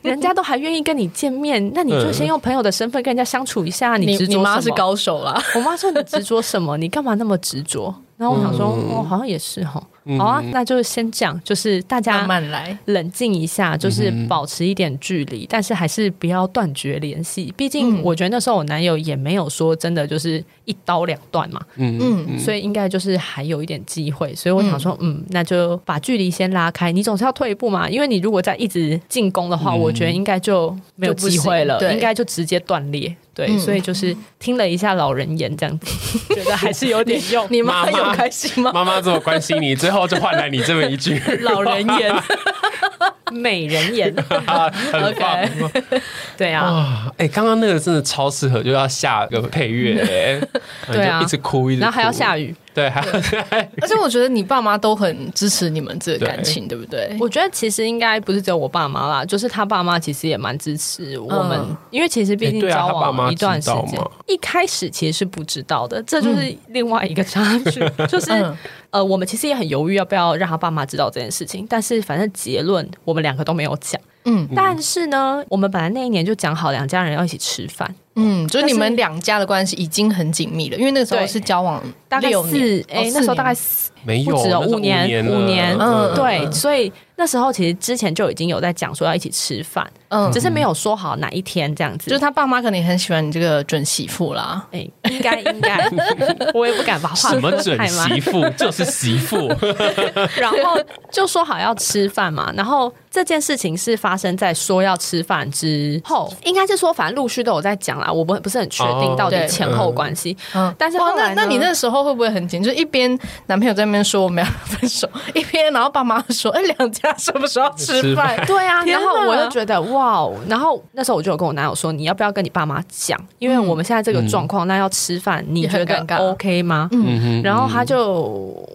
人家都还愿意跟你见面，那你就先用朋友的身份跟人家相处一下。
你
执着
你
什么
妈是，高手啦，
我妈说你执着什么？你干嘛那么执着？”然后我想说：“
嗯
哦，好像也是哈。
嗯
好啊，那就先这样，就是大
慢
家
慢来。
冷静一下，就是
嗯哼
保持一点距离，但是还是不要断绝联系。毕竟
嗯
我觉得那时候我男友也没有说真的就是一刀两断嘛。
嗯
嗯
所以应该就是还有一点机会，所以我想说，嗯，那就把距离先拉开。你总是要退一步嘛，因为你如果再一直进攻的话，
嗯
我觉得应该就没有
就不行
机会了，
对
应该就直接断裂。对，
嗯
所以就是听了一下老人言，这样子觉得还是有点 用。
你妈
妈妈
有开 心吗？
妈妈这么关心你，最后就换来你这么一 句
老人言，
美人言，
啊，很棒。
对啊，
哇，哎、刚刚那个真的超适合，就要下个配乐、 哎
对啊
就一直哭，一直哭，
然后还要下
雨，
雨。
对， 还要下雨，
而且我觉得你爸妈都很支持你们这个感情，对不对？
我觉得其实应该不是只有我爸妈啦，就是他爸妈其实也蛮支持我们，
嗯
因为其实毕
哎
竟
对啊
交
他爸妈
往一段
知
时
道
间，
吗
嗯
一开始其实是不知道的，这就是另外一个插曲，就是
嗯
呃，我们其实也很犹豫要不要让他爸妈知道这件事情，但是反正结论我们两个都没有讲。
嗯
但是呢，我们本来那一年就讲好两家人要一起吃饭，
嗯，就是
但
你
是
们两家的关系已经很紧密了，因为那个时候
对
是交往
大概
六年
四哎、
哦
那时
四
候大概
年
四
没有，
不止哦
那是
五年
年了，
五年
嗯
对，所以那时候其实之前就已经有在讲说要一起吃饭，
嗯，
只是没有说好哪一天这样子。
就是他爸妈可能也很喜欢你这个准媳妇啦。
哎、应该应该， 我也不敢把话
什么
说
准
太嗯满
媳妇就是媳妇，
然后就说好要吃饭嘛，然后这件事情是发生在说要吃饭之后，应该是说反正陆续都有在讲啦，我不不是很确
哦
定到底
对
前后关系。
嗯，
但是
哇
后，
那
来呢
那你那时候会不会很紧？就是一边男朋友在那边说我们要分手，一边然后爸妈说，哎，两家什么时候要吃饭？
对啊，
天
然
哪
后我就觉得哇哦，然后那时候我就有跟我男友说，你要不要跟你爸妈讲？因为我们现在这个状况，那要吃饭，你
也很
觉得
尴尬
OK 吗？
嗯哼
然后他就，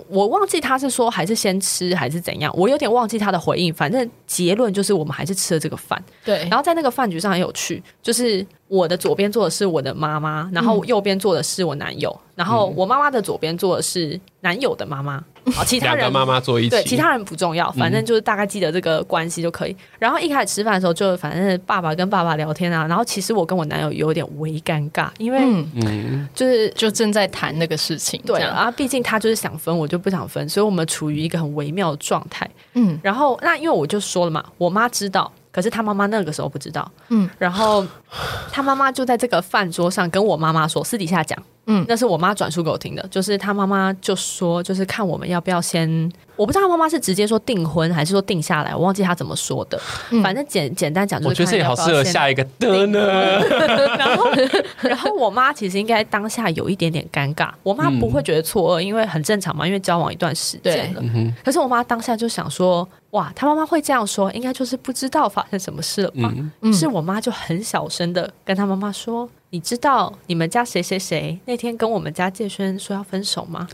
我忘记他是说还是先吃还是怎样，我有点忘记他的回应。反正结论就是我们还是吃了这个饭。
对，然
然
后
后在那个饭局上很有趣，就是我的左边坐的是我的妈妈，然后右边坐的是我男友，
嗯
然后我妈妈的左边坐的是男友的妈妈，好，其他
两个
人
妈妈坐一起，
对其他人不重要，反正就是大概记得这个关系就可以。然后一开始吃饭的时候，就反正爸爸跟爸爸聊天啊，然后其实我跟我男友有点微尴尬，因为
嗯，
嗯，
就是。
就正在谈那个事情，
对
这样，
啊，毕竟他就是想分，我就不想分，所以我们处于一个很微妙的状态。
嗯
然后那因为我就说了嘛，我妈知道，可是她妈妈那个时候不知道，
嗯
嗯，然后她妈妈就在这个饭桌上跟我妈妈说，私底下讲，
嗯
嗯，那是我妈转述给我听的，就是她妈妈就说，就是看我们要不要先，我不知道她妈妈是直接说订婚还是说定下来，我忘记她怎么说的，
嗯
反正简简单讲就是
我觉得这也
看
好
要不
适
要
合
先
下一个的呢，
然后，然后我妈其实应该当下有一点点尴尬，我妈不会觉得错愕，因为很正常嘛，因为交往一段时间了。可是我妈当下就想说，哇，她妈妈会这样说，应该就是不知道发生什么事了吧？
嗯
嗯
于是我妈就很小声的跟她妈妈说。你知道你们家谁谁谁那天跟我们家介轩说要分手吗？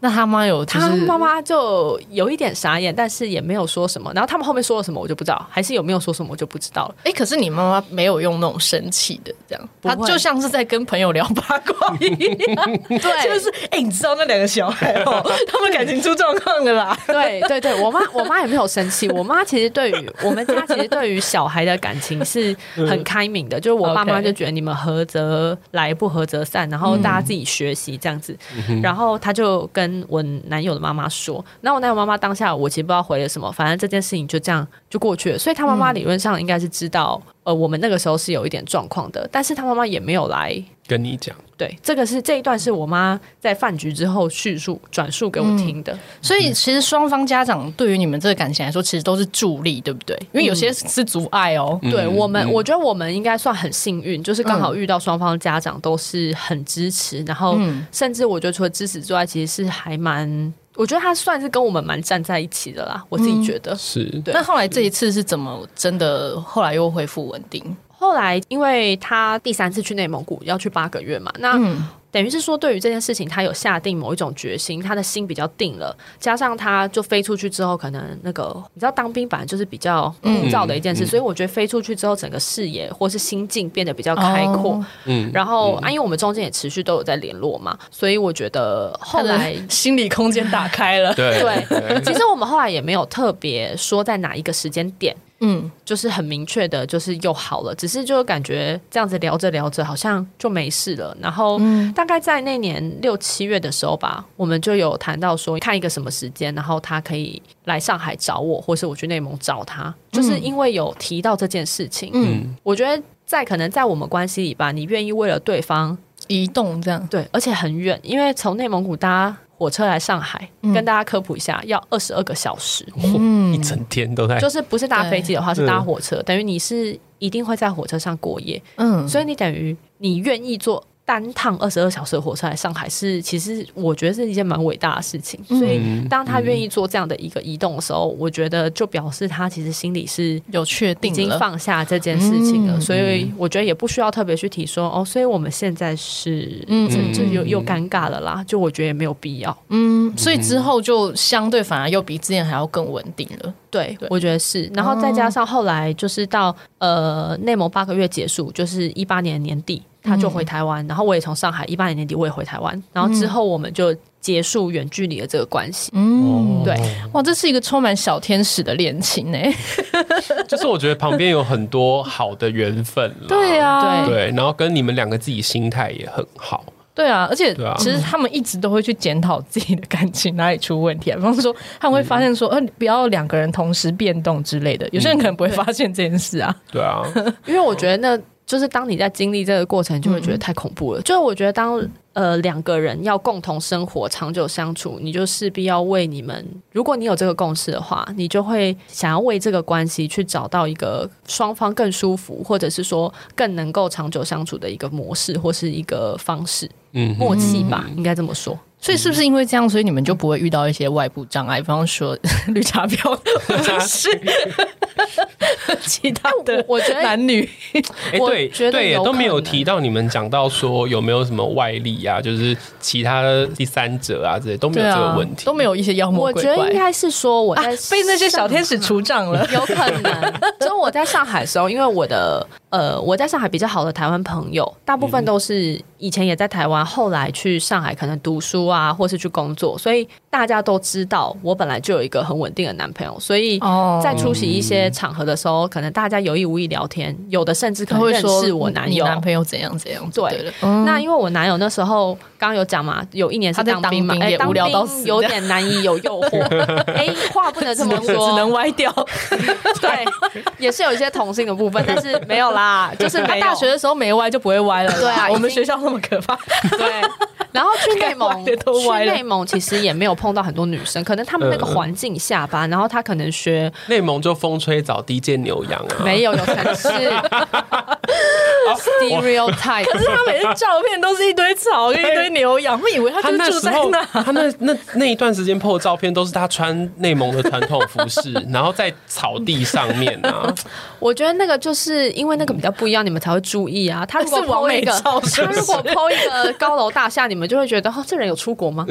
那他妈有就是
她妈妈就有一点傻眼，但是也没有说什么。然后他们后面说了什么我就不知道，还是有没有说什么我就不知道了。
哎、可是你妈妈没有用那种生气的这样，
不
她
会
就像是在跟朋友聊八卦一 样，对就是哎、诶你知道那两个小孩哦，他们感情出状况了啦。
对对对，我妈我妈也没有生气，我妈其实对于我们家其实对于小孩的感情是很开明的，就是我爸妈
OK
就觉得你们合则来，不合则散，然后大家自己学习这样子。然后她就跟我男友的妈妈说，那我男友妈妈当下我其实不知道回了什么，反正这件事情就这样就过去了。所以她妈妈理论上应该是知道，呃，我们那个时候是有一点状况的，但是她妈妈也没有来
跟你讲，
对，这个是这一段是我妈在饭局之后叙述转述给我听的。
所以其实双方家长对于你们这个感情来说，其实都是助力，对不对？因为有
嗯
些是阻碍哦。
对我们，
嗯
我觉得我们应该算很幸运，就是刚好遇到双方家长都是很支持，然后
嗯
甚至我觉得除了支持之外，其实是还蛮，我觉得他算是跟我们蛮站在一起的啦，我
嗯
自己觉得。
是
对
那后来这一次是怎么真的？后来又恢复稳定？
后来，因为他第三次去内蒙古要去八个月嘛，那
嗯
等于是说，对于这件事情，他有下定某一种决心，他的心比较定了。加上他就飞出去之后，可能那个你知道，当兵本来就是比较枯燥的一件
嗯
事，
嗯
所以我觉得飞出去之后，整个视野或是心境变得比较开阔。
哦
嗯，
然后、啊，因为我们中间也持续都有在联络嘛，所以我觉得后来。
心理空间打开了。
对
对，其实我们后来也没有特别说在哪一个时间点，
嗯，
就是很明确的，就是又好了，只是就感觉这样子聊着聊着好像就没事了。然后
嗯
大概在那年六七月的时候吧，我们就有谈到说看一个什么时间，然后他可以来上海找我，或是我去内蒙找他，就是因为有提到这件事情。
嗯
嗯，我觉得在可能在我们关系里吧，你愿意为了对方
移动这样。
对，而且很远，因为从内蒙古搭火车来上海，
嗯
跟大家科普一下，要二十二个小时，
嚯一整天都在，
嗯就是不是搭飞机的话，
对
是搭火车，等于你是一定会在火车上过夜，
嗯，
所以你等于你愿意坐单趟二十二小时的火车来上海是，其实我觉得是一件蛮伟大的事情。所以
嗯
当他愿意做这样的一个移动的时候，我觉得就表示他其实心里是
有确
已
定
经
了。
放下这件事情了，
嗯
所以我觉得也不需要特别去提说哦，所以我们现在是，嗯，这这又又尴尬了啦，就我觉得也没有必要。
嗯，所以之后就相对反而又比之前还要更稳定了。
对
对，
我觉得是。然后再加上后来就是到呃内蒙八个月结束，就是一八年年底。他就回台湾，然后我也从上海一八年年底我也回台湾，然后之后我们就结束远距离的这个关系。
哦
嗯，
对，
哇，这是一个充满小天使的恋情哎、
就是我觉得旁边有很多好的缘分啦。
对啊，
对
对，然后跟你们两个自己心态也很好，
对啊，而且
对啊
其实他们一直都会去检讨自己的感情哪里出问题啊，比方说他们会发现说，呃，不要两个人同时变动之类的，有些人可能不会发现这件事啊。
对啊，
因为我觉得那就是当你在经历这个过程，就会觉得太恐怖了。就是我觉得当呃两个人要共同生活、长久相处，你就势必要为你们，如果你有这个共识的话，你就会想要为这个关系去找到一个双方更舒服，或者是说更能够长久相处的一个模式或是一个方式啊
嗯哼，
默契吧，应该这么说。
所以是不是因为这样，所以你们就不会遇到一些外部障碍，比方 说绿茶婊，或者是其他的
我觉得
男女？
哎、
我
对，
觉得
对耶，
有
都没有
可能
提到你们讲到说有没有什么外力啊，就是其他的第三者啊之类都没有这个问题，
啊都没有一些妖魔
我
鬼
觉
怪，
得应该是说我
啊
在、
被那些 小天使除障了。
有可能。就是我在上海的时候，因为我的呃，我在上海比较好的台湾朋友，大部分都是以前也在台湾，后来去上海可能读书啊，或是去工作，所以大家都知道我本来就有一个很稳定的男朋友，所以。
哦
在出席一些场合的时候，可能大家有意无意聊天，有的甚至 可能认识我男
你
友。
男朋友怎样怎样就对了。
那因为我男友那时候刚刚有讲嘛，有一年是
他在
当兵嘛，
当兵
哎、
也
当
无聊
兵
到死
有点难以有诱 惑。哎、话不能这么说，
歪掉。
对，也是有一些同性的部分，但是没有 啦，就是
他
没有
大学的时候没歪就不会歪了啦。
对啊
我们
已经
学校那么可怕，
对。然后去内
该歪
蒙，
的都
去
歪了嗯
内蒙其实也没有碰到很多女生，可能他们那个环境下吧，然后他可能学
内蒙就风吹草低见牛羊啊，
没有有城市 stereotype，
他每次照片都是一堆草跟一堆牛羊，他们以为他
他
就
那
是住
时
在
候，
那。
他那那那一段时间 PO 的照片都是他穿内蒙的传统服饰，然后在草地上面啊，
我觉得那个就是因为那个比较不一样，你们才会注意啊。他如果
是王
PO 一
美
个，
照
他
是不是
如果 PO 一个高楼大厦，你们就会觉得哦，这人有出国吗？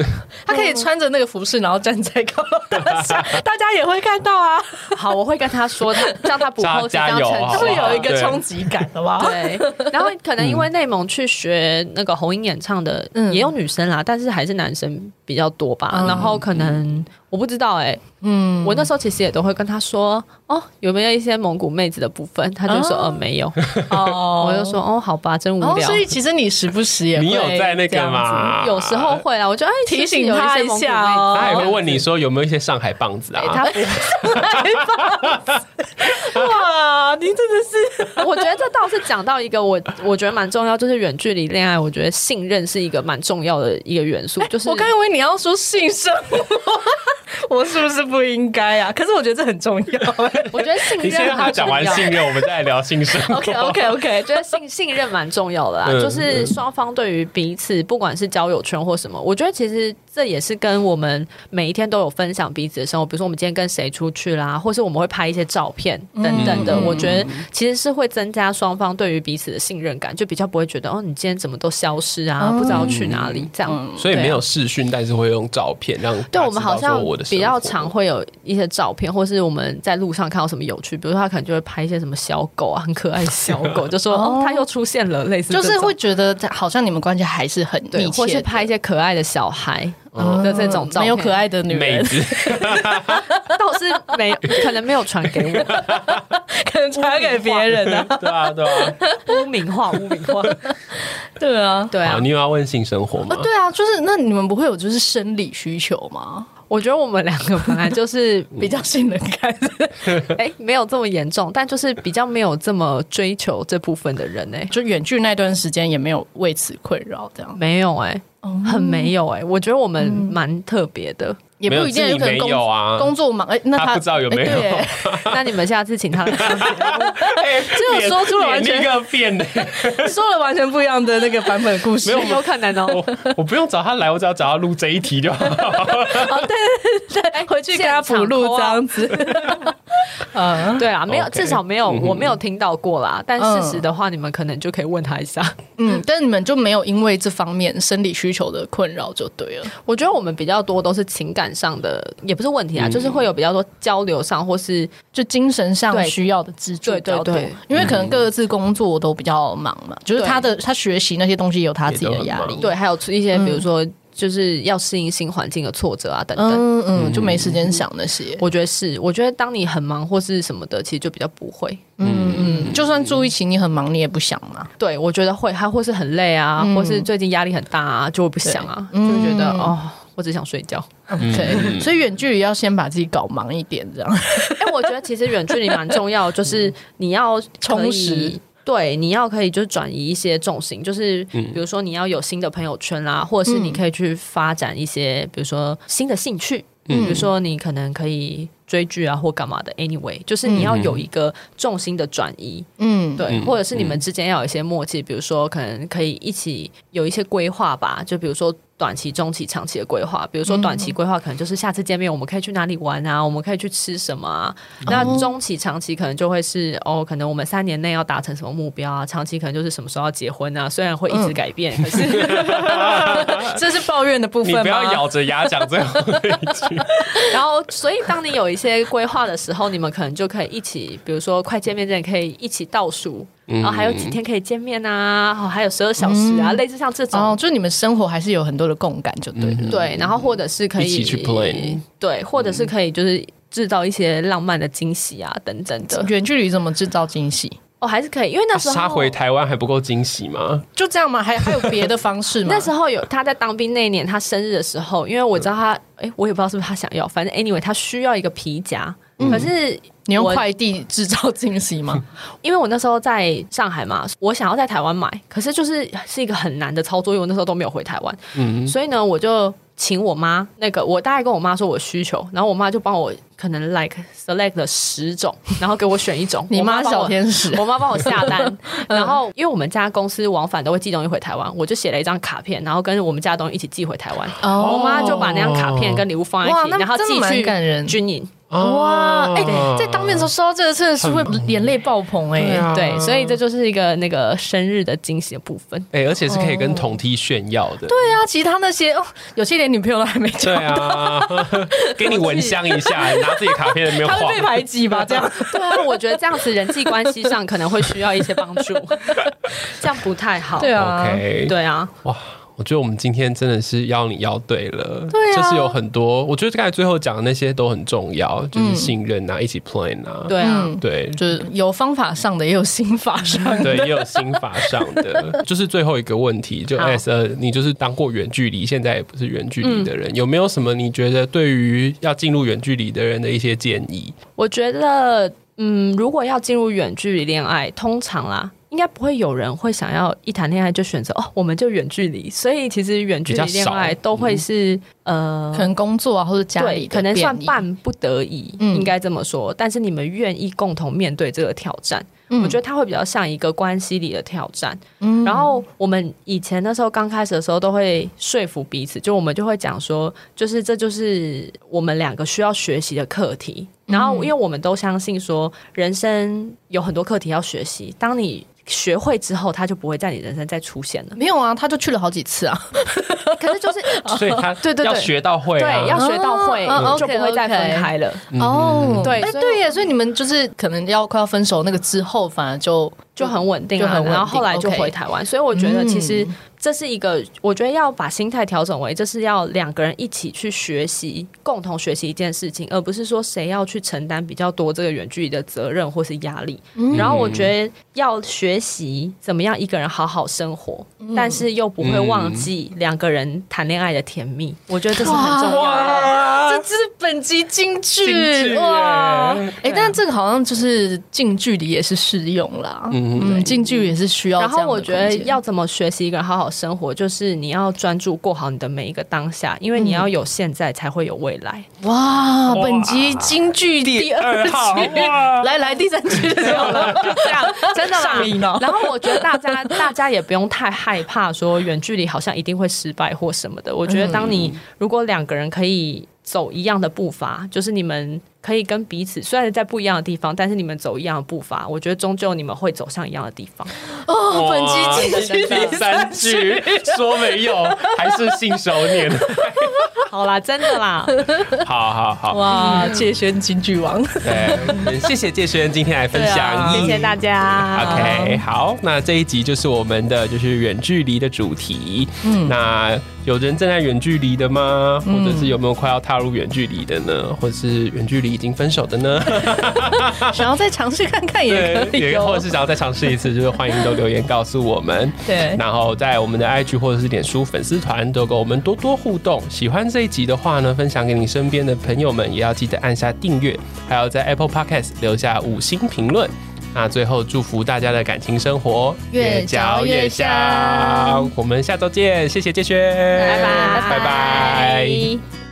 他可以穿着那个服饰，然后站在高楼 大厦，大家也会看到啊，
好，我会跟他说，他叫他 不
加
PO 这
加
张
油
成
好
绩
不好
会有一个
对
冲击感的吧？
对，然后可能因
嗯
为内蒙去学那个红英演唱的，
嗯
也有女生啦，但是还是男生比较多吧。
嗯
然后可能我不知道哎、
嗯，
我那时候其实也都会跟他说，哦，有没有一些蒙古妹子的部分？他就说，
哦
呃，没有。
哦
我就说，哦，好吧，真无
然后
聊。
所以其实你时不时也会
你有在那
这
个
样子？
吗？
有时候会啊，我就哎
提醒
是不是有
他
些
一
蒙古
下
妹子
哦
他也会问你说有没有一些上海棒子啊？
哎他
哇，你真的是
我觉得这倒是讲到一个我我觉得蛮重要，就是远距离恋爱，我觉得信任是一个蛮重要的一个元素。就是
哎我刚以为你要说性生 活，我是不是不应该啊？可是我觉得这很重要、
我觉得信
你
任
先让他
很
讲
重
完
要。
信任，我们再来聊性 生活。
OK OK OK，觉得信信任蛮重要的啦，
嗯
就是双方对于彼此，不管是交友圈或什么，我觉得其实这也是跟我们每一天都有分享彼此的生活，比如说我们今天跟谁出去啦，或是我们会拍一些照片等等的，
嗯
我觉得其实是会增加双方对于彼此的信任感，就比较不会觉得哦，你今天怎么都消失啊，不知道去哪里这样。
嗯所以没有视讯，但是会用照片让他
对，我
知
们
道
好像
说我的生
比较
活
常会有一些照片，或是我们在路上看到什么有趣，比如说他可能就会拍一些什么小狗啊，很可爱的小狗，就说 哦，它又出现了，类似这
就
种
是会觉得好像你们关系还是很密
对，
切，
或是拍一些可爱的小孩嗯的这种照片，
没有可爱的女
妹
人，
子，
倒是没，可能没有传给我，
可能 传给别人啊。
对啊对啊。
污名化，污名 化，
对啊，
对
好
啊，
你有要问性生活吗
呃，？对啊，就是那你们不会有就是生理需求吗？
我觉得我们两个本来就是
嗯
比较性能感，
哎、没有这么严重，但就是比较没有这么追求这部分的人哎、
就远距那段时间也没有为此困扰，这样
没有哎、很没有哎、我觉得我们蛮特别的。
也
没有
不一定
自己
可能
没
工
有啊
工作忙，哎，那
他不知道有没有
哎对哎
那你们下次请他来上节目
哎
这个说出来完全
脸立刻变的。
说了完全不一样的那个版本的故事。
没有可能哦。
我我不用找他来，我只要找他录这 一题就好。
哎啊
回去给他补录这样子。
嗯，
对啊，没有，
OK
至少没有，
嗯哼
我没有听到过啦。但事实
嗯
的话，你们可能就可以问他一下。
嗯，但你们就没有因为这方面生理需求的困扰就对了。
我觉得我们比较多都是情感上的，也不是问
嗯
题啊，就是会有比较多交流上，或是
就精神上
对
需要的支柱
对
比
对
较多
对，
因为可
嗯
能各自工作都比较忙嘛，就是
对
他的他学习那些东西也有他自己
也
的
都很
压
忙
力，
对，还有一些
嗯
比如说就是要适应新环境的挫折啊等等。
嗯嗯，就没时间想那些，
我觉得是，我觉得当你很忙或是什么的，其实就比较不会。
嗯嗯，就算住一起你很忙，你也不想嘛，
对，我觉得会，他或是很累啊，
嗯
或是最近压力很大啊，就会不想啊，就会觉得、哦，我只想睡觉。嗯
对，所以远距离要先把自己搞忙一点，这样
哎、我觉得其实远距离蛮重要，就是你要可以
嗯充实。
对，你要可以就是转移一些重心，就是比如说你要有新的朋友圈啦，或
嗯
者是你可以去发展一些，比如说新的兴趣，比如说你可能可以追剧啊或干嘛的。Anyway，就是你要有一个重心的转移，
嗯，
对，或者是你们之间要有一些默契，比如说可能可以一起有一些规划吧，就比如说短期、中期、长期的规划。比如说短期规划可能就是下次见面我们可以去哪里玩啊，我们可以去吃什么啊。
嗯
那中期、长期可能就会是哦，可能我们三年内要达成什么目标啊，长期可能就是什么时候要结婚啊。虽然会一直改变，可是
这是抱怨的部
你
分
不要
吗
咬着牙讲这种
然后所以当你有一些规划的时候，你们可能就可以一起，比如说快见面之前可以一起倒数。
嗯
然后还有几天可以见面啊，哦还有十二小时啊，类似像这种
哦，就你们生活还是有很多的共感，就对了。
对，然后或者是可以
一起去 plan
对，或者是可以就是制造一些浪漫的惊喜啊，等等的。
远距离怎么制造惊喜？
哦，还是可以，因为那时候
杀回台湾还不够惊喜吗？
就这样吗？还还有别的方式吗？
那时候有他在当兵那一年，他生日的时候，因为我知道他，哎、我也不知道是不是他想要，反正 anyway，他需要一个皮夹。可是
你用
我
快递制造惊喜 吗？
因为我那时候在上海嘛，我想要在台湾买，可是就是是一个很难的操作，因为我那时候都没有回台湾，所以呢，我就请我妈那个，我大概跟我妈说我需求，然后我妈就帮我可能 like select 了十种，然后给我选一种。
你
我
妈
帮我
小天使
我妈帮我下 单，嗯然后因为我们家公司往返都会寄东西回台湾，我就写了一张卡片，然后跟我们家的东西一起寄回台湾。
哦
我妈就把那张卡片跟礼物放在一
哇
起，
那
然后
真的
寄
蛮感人
去军营。
哇，哎、
哦
在当面的时候收到这个，真的是会眼泪爆棚哎、
对啊
对，所以这就是一个那个生日的惊喜的部分。
哎、而且是可以跟同梯炫耀的。
对啊，其他那些哦，有些连女朋友都还没
对，
交
啊，给你闻香一下，拿自己卡片没有
他
晃
会被。排 挤吧？这样
对啊，我觉得这样子人际关系上可能会需要一些帮 助，这样不太好。
对啊
OK，
对啊，
哇，我觉得我们今天真的是邀你邀对了，对、就是有很多，我觉得刚才最后讲的那些都很重要，就是信任啊，一起 plan 啊，
对啊，
嗯
对
就是有方法上的，也有心法上的。
对，也有心法上的。就是最后一个问题，就
好
S 二，你就是当过远距离，现在也不是远距离的人，有没有什么你觉得对于要进入远距离的人的一些建议？
我觉得，嗯，如果要进入远距离恋爱，通常啦。应该不会有人会想要一谈恋爱就选择哦，我们就远距离。所以其实远距离
比较
恋
少
爱都会是、
可
呃，
能工作啊，或者嗯家
对，
里
可
的
能
便
算
利
半不得已，
嗯
应该这么说。但是你们愿意共同面对这个挑战，
嗯。
我觉得它会比较像一个关系里的挑战。然后我们以前那时候刚开始的时候，都会说服彼此，就我们就会讲说，就是这就是我们两个需要学习的课题。然后，因为我们都相信说，人生有很多课题要学习，当你。学会之后，它就不会在你人生再出现了
没有啊，他就去了好几次 啊。
可是就是
所以他
对对对
要学到会啊，
对，要学到会，
哦哦
就不会再分
OK，OK
开了。
嗯
哦，
对
哎
所以
对耶，所以你们就是可能要快要分手那个之后，反而就
就很稳定、啊，
就很稳定
然后后来就
OK 嗯
回台湾，所以我觉得其实这是一个，我觉得要把心态调整为，这是要两个人一起去学习，共同学习一件事情，而不是说谁要去承担比较多这个远距离的责任或是压力。
嗯
然后我觉得要学习怎么样一个人好好生活，但是又不会忘记两个人谈恋爱的甜蜜，我觉得这是很重要的。
这这是本集啊金句
金句
哇！
耶
哎、但这个好像就是近距离也是适用啦，嗯，近距离也是需要这
然
样的
后
空
我
间。
觉得要怎么学习一个人好好生活，就是你要专注过好你的每一个当下，因为你
嗯
要有现在才会有未 来。
哇，本集金句第二
号
句，来来第三句就好了，就这样，
真的
上瘾
啦
哦。
然后我觉得大家大家也不用太害
嗯
怕说远距离好像一定会失败或什么的。我觉得当你如果两个人可以走一样的步伐，就是你们可以跟彼此虽然在不一样的地方，但是你们走一样的步伐，我觉得终究你们会走向一样的地 方。
哦
本集进行
第三句说没有，还是信手拈来。
好啦，真的 啦，
好好好，
哇，啊借轩金句王，
对，谢谢介轩今天来分
对啊
享，
谢谢大家。
OK，好，那这一集就是我们的就是远距离的主题。嗯，那有人正在远距离的吗？或者是有没有快要踏入远距离的呢？或者是远距离已经分手的呢？
想要再尝试看看也
对，
可以
也或
哦
者。是想要再尝试一次，就是欢迎都留言告诉我们。
对
然后在我们的 IG 或者是脸书粉丝团都跟我们多多互动。喜欢这一集的话呢，分享给你身边的朋友们，也要记得按下订阅，还有在 Apple Podcast 留下五星评论。那最后祝福大家的感情生活
越嚼越香
我们下周见，谢谢建轩，
拜拜
拜拜。
拜。